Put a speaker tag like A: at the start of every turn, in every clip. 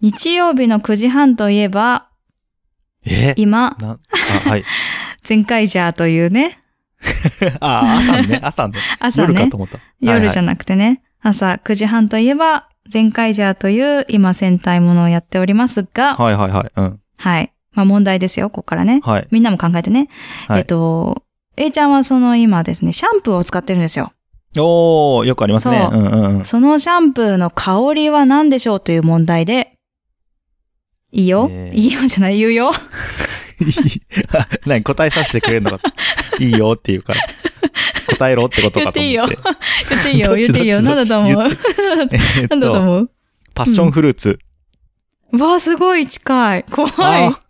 A: 日曜日の9時半といえば、
B: え
A: 今、
B: な、あ、はい。
A: 全開ジャーというね、
B: あ、朝ね、 朝ね。
A: 朝
B: 夜か
A: ね
B: と、思った。
A: 夜じゃ
B: ん。
A: なくてね、朝9時半といえば、全開ジャーという今戦隊ものをやっておりますが、はい。
B: はいはいはい。うん。
A: まあ問題ですよ、ここからね。
B: はい。
A: みんなも考えてね。
B: はい
A: えっと、A ちゃんはその今ですね、シャンプーを使ってるんですよ。
B: おー、よくありますね。
A: そう
B: うんうん うん。
A: そのシャンプーの香りは何でしょうという問題で、いいよ、
B: えー
A: いいよじゃない、言うよ。
B: 何答えさせてくれるのか。いいよっていうから。答えろってことかと思 って。
A: 言っていい言っていいよ、
B: どっ
A: 言
B: ち
A: っていいよ。
B: ど
A: 何
B: っ
A: だ
B: ち
A: と思
B: どっ
A: う
B: えっ
A: 何だと
B: と、
A: 思う
B: パッションフルーツ。
A: わあ、すごい近い。怖い。
B: あ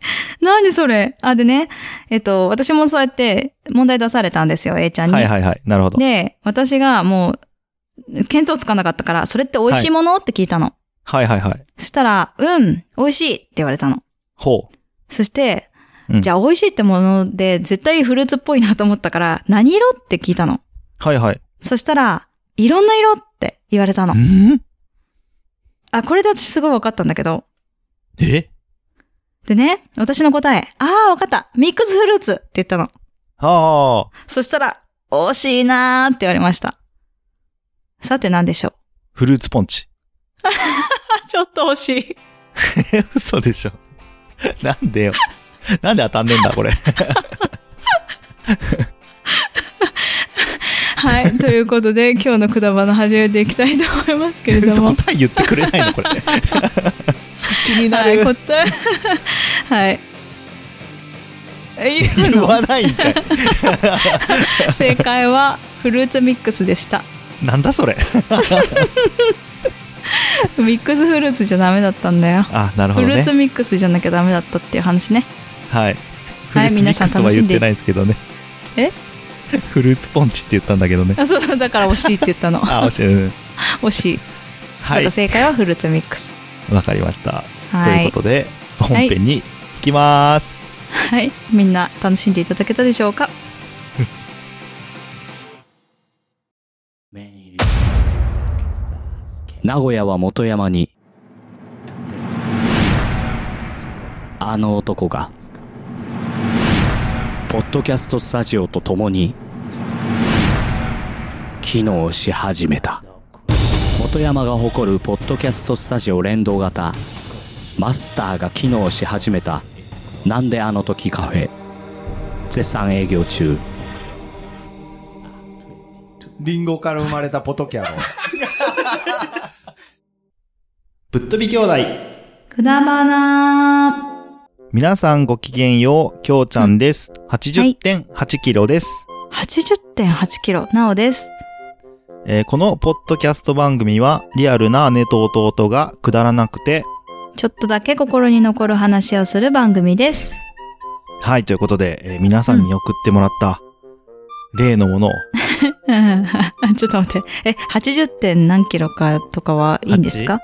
A: 何それ。あ、でね、えっと、私もそうやって問題出されたんですよ、A ちゃん
B: ー
A: に。
B: はいはいはい。なるほど。
A: で、私がもう、見当つかなかったから、それって美味しいもの、って聞いたの。
B: はいはいはい。
A: そしたら、うん、美味しいって言われたの。
B: ほう。
A: そして、
B: うん
A: じゃあ美味しいってもので、絶対フルーツっぽいなと思ったから、何色って聞いたの。
B: はいはい。
A: そしたら、いろんな色って言われたの。
B: ん
A: あ、これで私すごい分かったんだけど。
B: え
A: でね、私の答え、ああ、分かった。ミックスフルーツって言ったの。
B: ああ、
A: そしたら、惜しいなーって言われました。さて何で しょう
B: フルーツポンチ。
A: あ、ちょっと惜しい。
B: え、嘘でしょ。なんでよ。なんで当たんねえんだ、これ。
A: はい。ということ で、今日のくだばの始めていきたいと思いますけれども。
B: 答え言ってくれないの、これ。 気にな
A: はい、
B: る。
A: 答え。 はい。 え言う
B: 言
A: の
B: わないんかい。
A: 正解はフルーツミックスでした。
B: なんだそれ。
A: ミックスフルーツじゃダメだったんだよ。
B: あ、なるほ
A: フ
B: ど
A: ルー
B: ね
A: ツ。ミックスじゃなきゃダメだったっていう話ね。
B: はい。フル
A: は
B: ー
A: い
B: ツミックスとは言ってないですけどね。
A: え
B: フルーツポンチって言ったんだけど ね。
A: あ、そう、だから惜しいって言 ったの。
B: あ、教えうん
A: 惜しい。だ
B: は
A: から
B: い。
A: 正解はフルーツミックス。
B: わかりました。と。
A: はいいう
B: ことで、本編に行きます。
A: はい、みんな楽しんでいただけたでしょうか。
C: 名古屋は元山に、あの男が、ポッドキャストスタジオと共に、機能し始めた。元山が誇るポッドキャストスタジオ連動型、マスターが機能し始めた、なんであの時カフェ、絶賛営業中。
D: リンゴから生まれたポトキャ ロ。
B: ぶっ飛び兄弟。
A: くだばな
B: 皆さんごきげんよう、きょうちゃんです。80.8キロです。
A: 80.8キロ、なおです。
B: えーこのポッドキャスト番組は、リアルな姉と弟がくだらなくて、
A: ちょっとだけ心に残る話をする番組 です。
B: はい、ということで、えー皆さんに送ってもらった、例のものを、
A: ちょっと待って。え、80. 点何キロかとかはいいんですか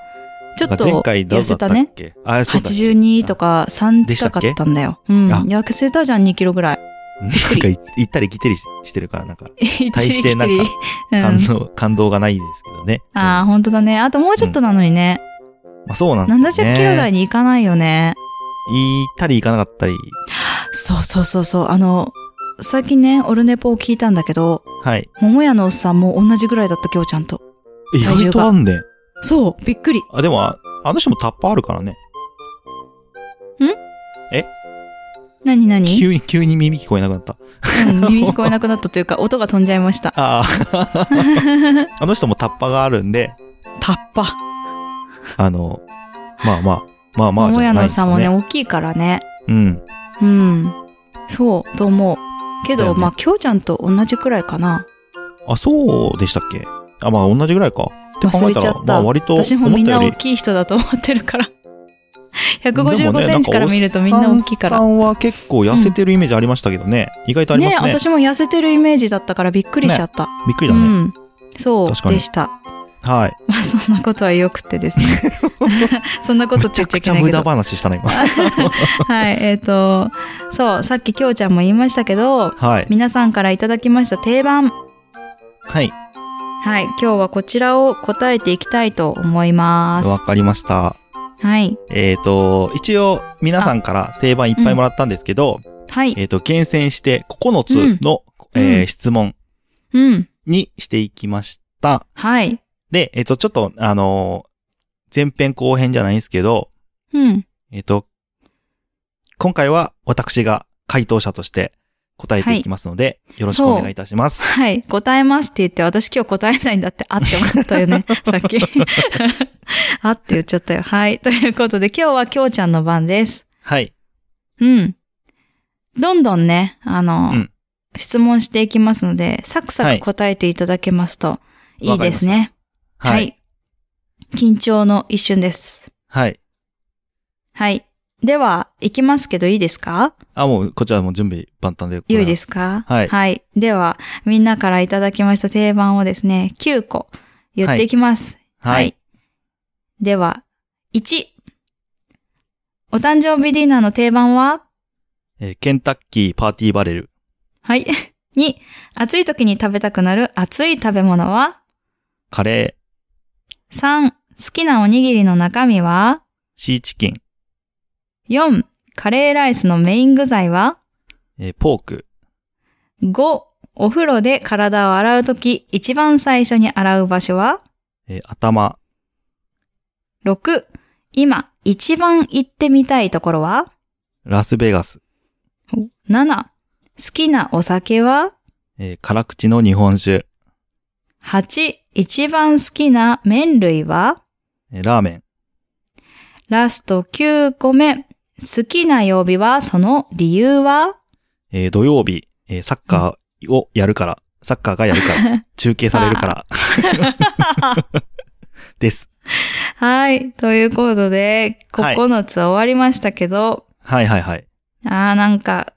A: ちょっと
B: 前回ど
A: 痩
B: うだ
A: せ
B: った
A: た
B: っ
A: ね。
B: けあ、そうだっけ
A: 82とか3
B: でした
A: 近
B: っけ
A: かったんだよ。うん。
B: あ
A: 痩せたじゃん、2キロぐらい。
B: なんかい行ったり来たりしてるから、なんか、
A: 一
B: 大して
A: 力
B: なんか
A: 一力
B: 感
A: うん。
B: 動、感動がないですけどね。
A: ああ、
B: うん
A: 本当だね。あともうちょっとなのにね。
B: まあそうなんですよね。
A: 70キロ台に行かないよね。
B: 行ったり行かなかったり。
A: そうそうそうそう。あの、最近ね、オルネポを聞いたんだけど、
B: はい。
A: 桃屋のおっさんも同じぐらいだった、今日ちゃんと。
B: 意
A: 体重が
B: 外とあんねん。
A: そう、びっくり。
B: あ、でも、ああの人もタッパーあるからね。
A: なになに
B: 急に、急に耳聞こえなくなっ
A: う
B: た。
A: ん耳聞こえなくなったというか、音が飛んじゃいました。
B: ああ。 あの人もタッパーが あるんで、
A: タッパ。
B: あの、まあまあ、まあまあじ
A: 桃
B: ゃ
A: 屋
B: ない
A: の
B: です
A: さ
B: か
A: んもね、
B: ね。
A: 大きいからね。
B: うん。
A: うん。そう、と思う。け
B: だ
A: ど、
B: よね
A: まあ、きょうちゃんと同じくらいかな。
B: あ、そうでしたっけあ、まあ同じぐらいか。って考
A: 忘
B: え
A: れ
B: た
A: ちゃ
B: ら、
A: った
B: まあ割と思っ
A: 私もみん
B: た
A: な
B: よ
A: 大
B: り。
A: きい人だと思ってるから。
B: でも
A: 155
B: ね
A: センチから見るとみんな大きいか
B: なん
A: ら。
B: おっさんは結構痩せてるイメージありましたけどね。意外とありま
A: ね
B: すね。
A: 私も痩せてるイメージだったからびっくりしちゃった。
B: びっくり
A: う
B: だね。
A: ん。そ
B: 確か
A: う
B: に
A: でした。
B: はい。
A: まあ、そんなことはよくて ですね。そんなこと
B: め
A: って言
B: ちゃ
A: っちゃ
B: く
A: い
B: ち
A: け
B: ゃ
A: ないけ
B: 無駄
A: ど。
B: 話した な、今。
A: はい、えっ、と、そう、さっききょうちゃんも言いましたけど、
B: はい。
A: 皆さんからいただきました定番。
B: はい。
A: はい、今日はこちらを答えていきたいと思います。
B: わかりました。
A: はい。
B: えっ、と、一応皆さんから定番いっぱいもらったんですけど、
A: はい。
B: えっ、と、厳選して9つの、
A: うん
B: えー
A: うん
B: 質問
A: うん。
B: にしていきました。
A: はい。
B: で、えっ、と、ちょっと、あのー前編後編じゃないんですけど、
A: うん。
B: えっ、と、今回は私が回答者として答えていきますので、よろしくお願いいたします。
A: はい。答えますって言って、私今日答えないんだって、あって思った よね。さっき。 あって言っちゃったよ。はい。ということで、今日はきょうちゃんの番です。
B: はい。
A: うん。どんどんね、あの、
B: うん
A: 質問していきますので、サクサク答えていただけますと、いいですね。は
B: はい
A: い。緊張の一瞬です。
B: はい。
A: はい。では、行きますけどいいですか
B: あ、もう、こちらも準備万端で。
A: 良いですか
B: はい
A: はい。では、みんなからいただきました定番をですね、9個言っていきます。
B: はい
A: では、1。お誕生日ディナーの定番は
B: えーケンタッキーパーティーバレル。
A: はい。2。暑い時に食べたくなる暑い食べ物は
B: カレー、
A: ?3。好きなおにぎりの中身は
B: シーチキン、
A: ?4。カレーライスのメイン具材は
B: えーポーク、
A: ?5。お風呂で体を洗うとき、一番最初に洗う場所は
B: えー頭、
A: 6. 今、一番行ってみたいところは
B: ラスベガス、
A: ?7. 好きなお酒は
B: えー辛口の日本酒、
A: ?8. 一番好きな麺類は
B: えーラーメン、
A: ラスト9個目。好きな曜日はその理由は
B: えー土曜日、えーサッカーをやるから、サッカーがやるから、中継されるから。です。
A: はい。ということで、
B: はい
A: 9つ終わりましたけど、
B: はいはいはい。
A: あーなんか、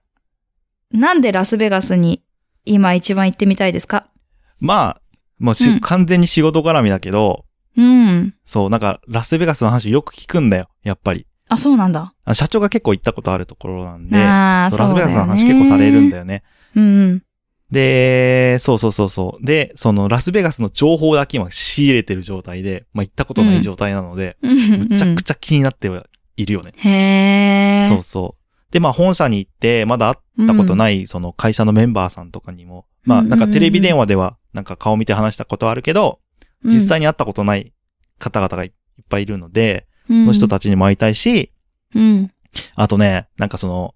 A: なんでラスベガスに今一番行ってみたいですか
B: まあ、もうし、
A: うん
B: 完全に仕事絡みだけど、
A: うん。
B: そう、なんか、ラスベガスの話よく聞くんだよ、やっぱり。
A: あ、そうなんだ。
B: あ社長が結構行ったことあるところなんで、
A: あー
B: そうラスベガスの話結構されるんだ。よね。
A: そうだよねうん。
B: で、そうそうそうそう。で、そのラスベガスの情報だけ今仕入れてる状態で、まあ行ったことない状態なので、む
A: む
B: ちゃくちゃ気になってはいるよね。
A: へー。
B: そうそう。で、まあ本社に行って、まだ会ったことないその会社のメンバーさんとかにも、まあ
A: うん
B: なんかテレビ電話ではなんか顔見て話したことはあるけど、
A: うん
B: 実際に会ったことない方々がいっぱいいるので、
A: うん
B: その人たちにも会いたいし、
A: うん。
B: あとね、なんかその、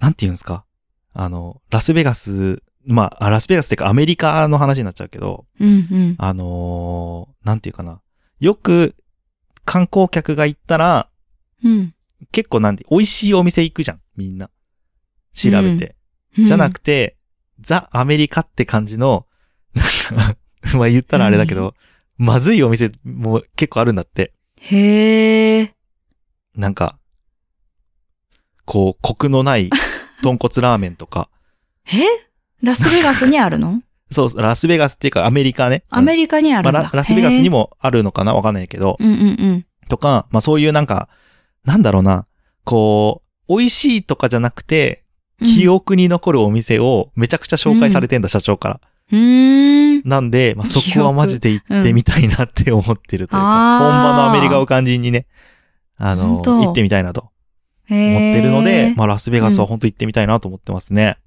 B: なんて言うんですか。あの、ラスベガス、まあ、あラスベガスっていうかアメリカの話になっちゃうけど、
A: うん。うん。
B: あのーなんていうかな。よく観光客が行ったら、
A: うん。
B: 結構なんて、美味しいお店行くじゃん、みんな。調べて。
A: うん
B: じゃなくて、ザ・アメリカって感じの、なんか、 まあ言ったらあれだけど、まずいお店も結構あるんだって。
A: へー。
B: なんか、こう、コクの ない豚骨ラーメンとか、
A: えラスベガスにあるの
B: そう、ラスベガスっていうかアメリカね。
A: アメ
B: リ
A: リカにあるんだ。
B: ララスベガスに
A: も。
B: もあるのかなわかんないけど、
A: うんうんうん。
B: とか、まあそういうなんか、なんだろうな、こう、美味しいとかじゃなくて、
A: うん
B: 記。憶に残るお店をめちゃくちゃ紹介されてんだ、社長から。
A: うーん。
B: なんで、まあ、そこはマジで行ってみたいなって思ってるというか、
A: うん
B: 本場の
A: あー
B: アメリカを感じにね、あ
A: ほ
B: の、
A: んと
B: 行ってみたいなと
A: へ
B: 思
A: ー
B: ってるので、まあラスベガスは本当行ってみたいなと思ってますね。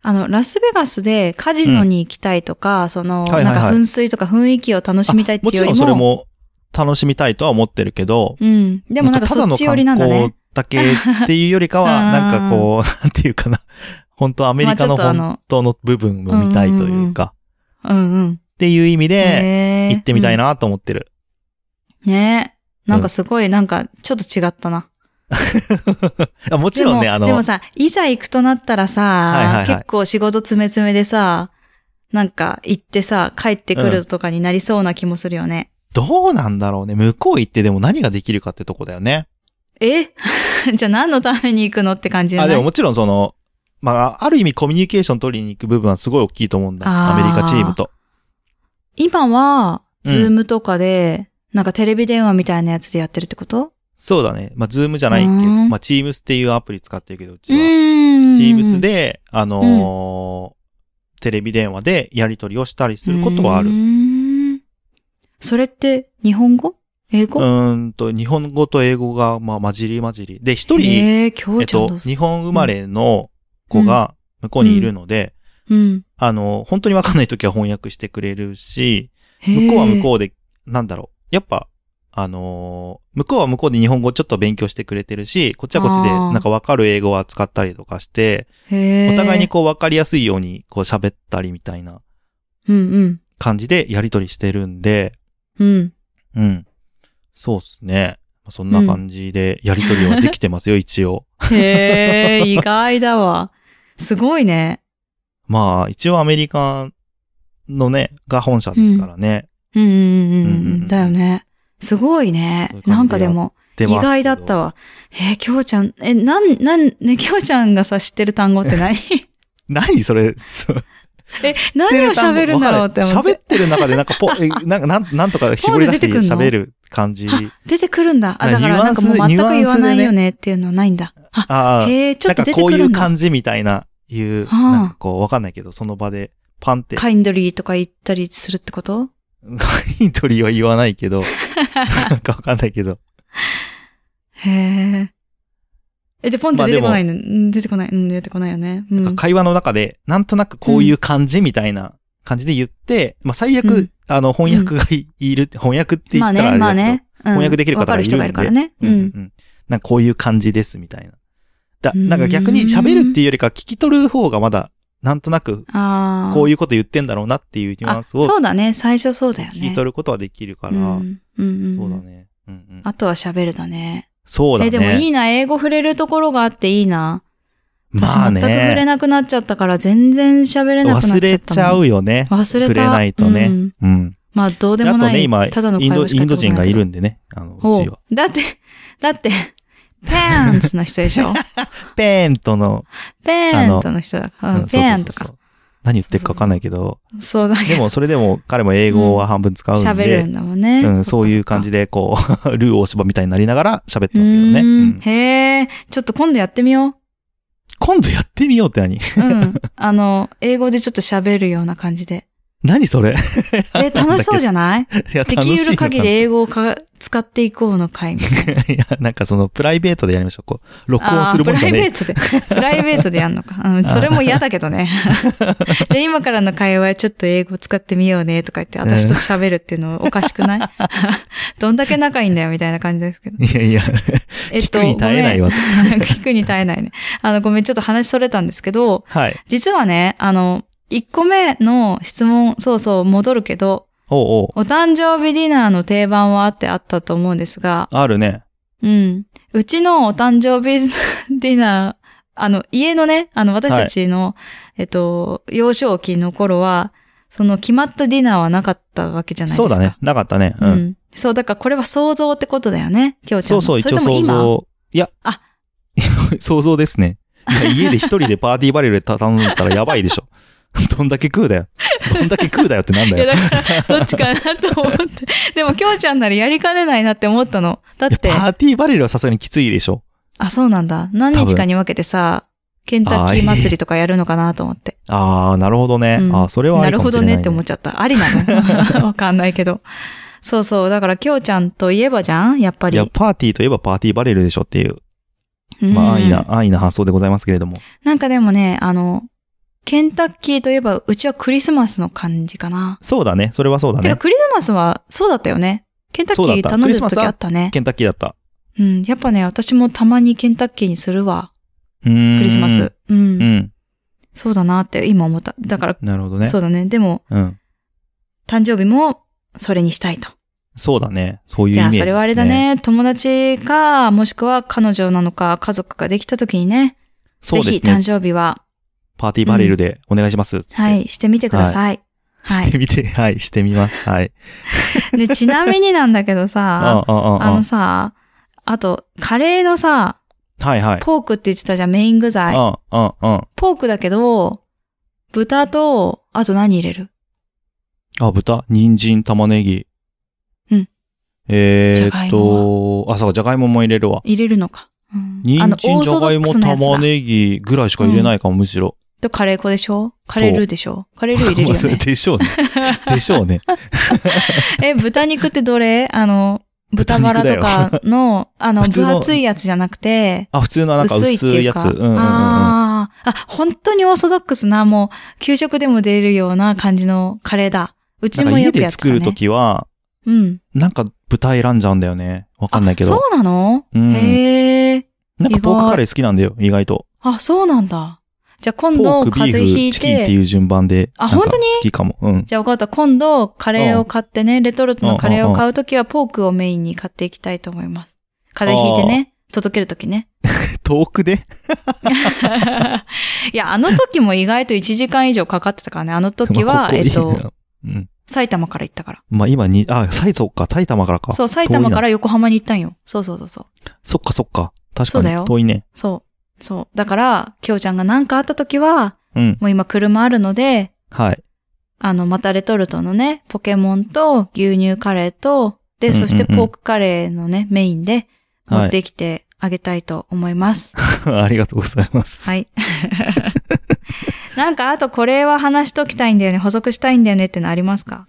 A: あの、ラスベガスでカジノに行きたいとか、その、
B: はいはいはい
A: なんか噴水とか雰囲気を楽しみたいってい
B: も
A: う
B: ち
A: よりも。
B: ろんそれ。も楽しみたいとは思ってるけど、
A: うん。でもなんかそっち寄りなんだね。。
B: ただの観光だけっていうより かは、
A: うん
B: なんかこう、なんていうかな。本当アメリカ
A: まあちょ
B: の
A: っとあの
B: 本当の部分を見たいというか、
A: うんうん。
B: っていう意味で、
A: へー
B: 行ってみたい。なと思ってる。
A: うんねなんかすごい、なんか、ちょっと違ったな。
B: あもちろんね、
A: でも
B: あの、
A: でもさ、いざ行くとなったらさ、
B: いはいはい
A: 結構仕事詰め詰めでさ、なんか行ってさ、帰ってくるとかになりそうな気もするよね。
B: どうなんだろうね。向こう行ってでも何ができるかってとこだよね。
A: え じゃあ何のために行くのって感じじゃ
B: あ、
A: ない
B: でももちろんその、まあ、ある意味コミュニケーション取りに行く部分はすごい大きいと思うんだ。
A: あー
B: アメリカチームと。
A: 今は、
B: うん
A: ズームとかで、なんかテレビ電話みたいなやつでやってるってこと
B: そうだね。まあ、ズームじゃないけど、
A: うん
B: まあ、チームスっていうアプリ使ってるけど、うち
A: う
B: は。
A: ーん。
B: チームスで、あのーテレビ電話でやり取りをしたりすることはあ
A: う
B: る。
A: ーんそれって日本語英
B: う
A: 語
B: ーんと、日本語と英語が、まあ、混じり混じり。で、一人、
A: えー、きょ
B: え
A: う
B: っ
A: ちゃん
B: と
A: ど、うす
B: 日本生まれの子が向こうにいるので、
A: うん。
B: あの、本当にわかんない時は翻訳してくれるし、
A: へー
B: 向こうは向こうで、なんだろう。やっぱ、あのー向こうは向こうで日本語ちょっと勉強してくれてるし、こっちはこっちで、
A: あー
B: なんかわかる英語は使ったりとかして、
A: へー
B: お互いにこうわかりやすいようにこう喋ったりみたいな
A: うんうん。
B: 感じでやりとりしてるんで、
A: うん。
B: うん。そうっすね。まあそんな感じでやりとりはできてますよ、一応。
A: へえ、意外だわ。すごいね。
B: まあ、一応アメリカのね、が本社ですからね。
A: うんうんうんう
B: うんうんうん
A: ん。だよね。すごいね
B: そういう感じ。で
A: なんかでも、
B: 出
A: 意
B: ますけど
A: 外だった。わ。えー、きょうちゃん、え、なん、なん、ね、きょうちゃんがさ、知ってる単語って何
B: 何それ、 そう
A: え、何を喋るんだろうって思っ
B: 喋
A: て
B: っ。てる中でなんか ポ、えなんかなんなんとか絞り出して
A: ポーズ出てくんの
B: 喋る感じ。
A: 出てくるんだ。あ、だから
B: ニュア
A: なん
B: ン
A: か
B: ス
A: もう全く
B: ニュアンスでね
A: 言わないよねっていうのはないんだ。あ、
B: ああ、
A: へえ、ちょ
B: な
A: っ
B: んか
A: と出て
B: こ
A: く
B: うい
A: るん
B: う
A: だ。
B: 感じみたいな、いう、
A: あ
B: なんかこう、わかんないけど、その場で、パンって、
A: カインドリーとか言ったりするってこと
B: カイントリーは言わない けど、なんかわかんないけど。
A: へえ。え、で、ポンって出てこないの、うん出てこない。うん、出てこないよね。うん。
B: なんか会話の中で、なんとなくこういう感じみたいな感じで言って、まあ最悪、
A: うん
B: あの、翻訳がいいる、翻訳って言ったらあれだけど、
A: まあね、まあね。うん
B: 翻訳できる方
A: わか
B: がいるん
A: る
B: で
A: 人がいるからね。
B: う
A: うん
B: うん
A: ん。
B: うん。なんかこういう感じですみたいな。だ、
A: うーん
B: なんか逆に喋るっていうよりか聞き取る方がまだ、なんとなく、
A: ああ。
B: こう
A: いう
B: いうこと言ってんだろうなっていうニュアンスを
A: そうだね。最初そうだよね。
B: 聞き取ることはできるから、
A: うん。うんうん。
B: そうだ。ね。うんうん。
A: あとは喋るだね。
B: そうだね。
A: え、でもいいな。英語触れるところがあっていいな。私
B: まあ
A: 全く触れ
B: ね。
A: なくなっちゃったから、全然喋れなくなっちゃったもん。
B: 忘れちゃうよね。
A: 忘れた。
B: 触れないとね
A: うん
B: うん。
A: まあ、どうで
B: あ
A: も
B: と
A: ない。
B: ね、今、イ
A: ただの会
B: ンド、
A: 話しか
B: インド人がいる
A: ん
B: んでね。あの、う
A: ほ
B: ちは。
A: う。だって、だって、パンツの人で しょ
B: ペーンとの、
A: パンツの人だ。うん
B: う
A: パ
B: んそうそうそう
A: ンと
B: そ
A: か。
B: う何言ってるかわかんないけど、
A: そうだけ
B: でもそれでも彼も英語は半分使うんで、
A: 喋るんだもんね。
B: うん、そういう感
A: じ
B: じで、こう、 ルー大芝みたいになりながら喋って
A: う
B: ますけどね。
A: ー
B: うんん
A: へえ、ちょっと今度やってみよう。
B: 今度やってみようって何
A: うん。あの、英語でちょっと喋るような感じで。
B: 何それ
A: え、楽しそうじゃない
B: いや、
A: で
B: 楽しい
A: き
B: の
A: う
B: か
A: る限り英語をか使っていこうの会みたいな。
B: いや、なんかその、プライベートでやりましょう。こう、録音
A: あ
B: す
A: ー
B: る
A: プ
B: もん
A: ラ
B: じゃ
A: イベ
B: ね
A: ートで。 プライベートでやんのか。うん、それも嫌だけどね。じゃあ今からの会話ちょっと英語使ってみようねとか言って私と喋るっていうのおかしくない どんだけ仲いいんだよみたいな感じですけど。
B: え。いやいや、
A: えっと、
B: 聞くに耐えないわ
A: ごめん 聞くに耐えないね。あの、ごめん、ちょっと話それたんですけど、
B: はい。
A: 実はね、あの、1個目の質問、そうそう、戻るけど、
B: おうおう。
A: お誕生日ディナーの定番はあってあったと思うんですが、
B: あるね。
A: うん。うちのお誕生日ディナー、 あの、家のね、あの、私たちの、えっと、幼少期の頃は、その決まったディナーはなかったわけじゃないです
B: そう
A: か。
B: だね。。なかったね。
A: う。
B: うんん。
A: そう、だからこれは想像ってことだよね、今日ちゃん
B: そう
A: の。
B: そう、
A: そ
B: 一
A: れ
B: 応
A: とも
B: 想
A: 今
B: 像。いや。
A: あ
B: 想像ですね。いや家で一人でパーティーバレル頼んだらやばい でしょ。どんだけ食うだよ。どんだけ食うだよってなんだ
A: いや、
B: よ。
A: だから、どっちかなと思って。 でも、きょうちゃんならやりかねないなって思ったの。だっ
B: い
A: て
B: や、パーティーバレルはさすがにきついでしょ。
A: あ、そうなんだ。何日かに分けてさ、ケンタッキー祭りとかやるのかなと思って。
B: ああ、なるほどね。
A: うん
B: ああ、それはあ
A: な
B: り
A: る
B: か
A: ほ
B: もしれ
A: ど
B: ない、
A: ねって思っちゃった。ありな のわかんないけど。そうそう。だから、きょうちゃんといえばじゃんやっぱ
B: い
A: り。
B: や、パーティーといえばパーティーバレルでしょっていう、
A: うん
B: まあ、安易な、安易な発想でございますけれども。
A: なんかでもね、あの、ケンタッキーといえば、うちはクリスマスの感じかな。
B: そうだね。それはそうだ
A: てか、
B: ね。
A: クリスマスは、そうだったよね。ケンタッキ
B: そうだっ
A: ー
B: た
A: 頼んで
B: クリ
A: る
B: スマス
A: 時
B: は
A: あったね。
B: ケンタッキーだった。
A: うん。やっぱね、私もたまにケンタッキーにするわ。
B: うーん。
A: クリスマス。。うん。
B: うん。
A: そうだなって今思った。だから、
B: なるほどね。
A: そうだね。でも、
B: うん。
A: 誕生日もそれにしたいと。
B: そうだね。そういうイ
A: じ
B: メ
A: ゃ
B: ー
A: あ、
B: ジで
A: そ
B: す、ね。
A: れはあれだ。ね。友達か、もしくは彼女なのか、家族ができた時にね、
B: そうで
A: ぜひ
B: す
A: 誕
B: ね。
A: 生日は、
B: パーティーバレルでお願いします。つって
A: はい、してみてください。は
B: して
A: い。
B: みて、 はい、してみます。はい。
A: で、ちなみになんだけど さ、
B: うんうんうんうん
A: あのさ、あと、カレーのさ、
B: はいはい。
A: ポークって言ってたじゃん、メイン具材。
B: うんうんうん。
A: ポークだけど、豚と、あと何入れる
B: あ、豚人参、玉ねぎ。
A: うん。
B: え
A: じゃが
B: ー、
A: い
B: っ
A: も
B: と、あ、そうか、じゃがいもも入れるわ。
A: 入れるのか。うん
B: 人
A: あの、オ
B: 参、
A: ー
B: じ
A: ソ
B: ゃ
A: ド
B: がい
A: ック
B: も、
A: スなやつだ
B: 玉。ねぎぐらいしか入れないかも、むしろ。
A: とカレー粉でしょカレールーでしょカレールー入れる
B: まあ
A: よ
B: それ
A: ね。
B: でしょうね。でしょうね。
A: え、豚肉ってどれあの、豚バラとかの、あの、
B: 普通の
A: 分厚いやつじゃなくて、
B: あ、普通のなんか
A: 薄いって
B: 薄い
A: いう
B: や
A: か。
B: つ。うんうんうんうん。
A: あーあ、本当にオーソドックスな、もう、給食でも出るような感じのカレーだ。うち
B: なんか
A: も
B: 家
A: よく
B: で
A: やってた
B: 作
A: ね。
B: るときは、
A: うん。
B: なんか豚選んじゃうんだよね。わかんないけ
A: そ
B: ど。
A: うなの、
B: うん
A: へえ。
B: なんかポークカレー好きなんだよ、意外と。
A: あ、そうなんだ。じゃあ
B: ポ
A: 今
B: ー
A: 度、
B: ク、ビ
A: 風邪ひ
B: ー
A: い
B: フ、チキンって
A: て、
B: いう順番で。
A: あ
B: なんか
A: 本当に
B: 好きかも。うん。
A: じゃあ分かった。今度、カレーを買ってね、レトルトのカレーを買うときは、ポークをメインに買っていきたいと思います。風邪ひいてね、届けるときね。
B: 遠くで
A: いや、あの時も意外と1時間以上かかってたからね。あの 時
B: ま
A: は
B: あ、ここ
A: え
B: いい
A: っ
B: な
A: と、
B: うん。
A: 埼玉から行ったから。
B: まあ今に、あ、埼玉か、埼玉からか。
A: そう、埼玉から横浜に行ったんよ。そうそうそうそう。
B: そっかそっか。確
A: そうだ
B: か
A: よ
B: に。遠いね。
A: そう。そう。だから、きょうちゃんが何かあった時は、
B: うん。
A: もう今車あるので、
B: はい。
A: あの、またレトルトのね、ポケモンと牛乳カレーと、で、
B: うんうんう
A: そし
B: ん
A: てポークカレーのね、メインで
B: はい
A: 持ってきてあげたいと思います。は
B: ありがとうございます。
A: い。 なんか、あとこれは話しときたいんだよね、補足したいんだよねってのありますか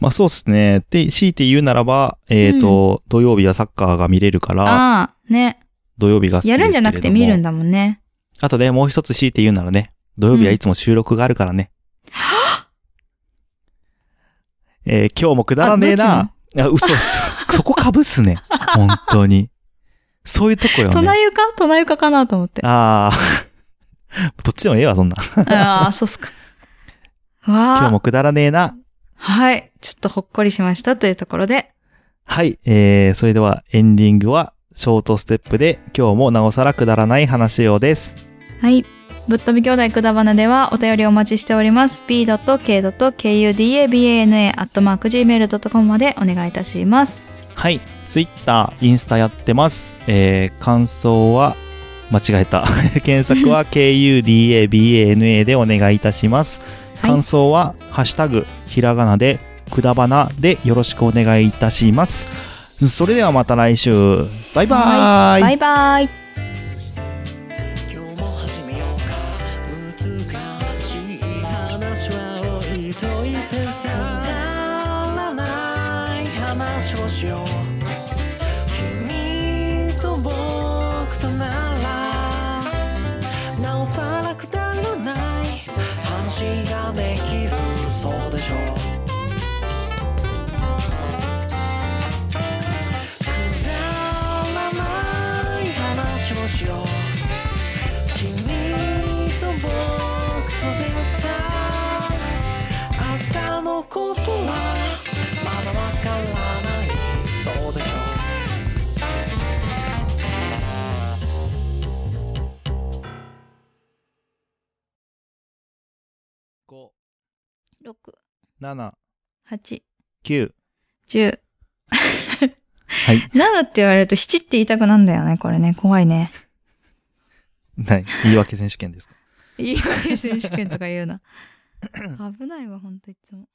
B: まあそうですね。で、強いて言うならば、えっ、と、土曜日はサッカーが見れるから、
A: ああー、ね。
B: 土曜日が好きです
A: や
B: けれど
A: る
B: も
A: んじゃなくて見るんだもんね。
B: あとね、もう一つ強いて言うならね、土曜日はいつも収録があるからね。えー今日もくだらねえ
A: あどっ
B: な。あ、嘘。そそこかぶすね。本当に。そういうとこよね。
A: 隣床隣床かなと思 って。
B: ああ。 どっちでもええわ、そんな。
A: ああ、そうっすか。わあ。
B: 今日もくだらねえな。
A: はい。ちょっとほっこりしましたというところで。
B: はい。えー、それではエンディングは、ショートステップで、今日もなおさらくだらない話をです。
A: はい。ぶっ飛び兄弟くだばなではお便りお待ちしております。b.k.kudabana.gmail.com までお願いいたします。
B: はい、ツイッター、インスタやってます。えー感想は、間違えた。 検 索は KUDABANA でお願いいたします。
A: はい
B: 感想は、ハッシュタグ、ひらがなで、くだばなでよろしくお願いいたします。それではまた来週。バイバーイ
A: バイバイ。
E: 今日も始めようか難しい話は置いといてさくだらない話をしよう君と僕とならなおさらくだらない話ができるそうでしょうくだらない話をしよう「君と僕とでさ」「明日のことはまだわからない」「どうでしょう」
B: 5、
A: 6、
B: 7、
A: 8、
B: 9。
A: 10。
B: はい。
A: 7って言われると7って言いたくなんだよね、これね。怖いね。
B: ない。言い訳選手権ですか
A: 言い訳選手権とか言うな。危ないわ、ほんといつも。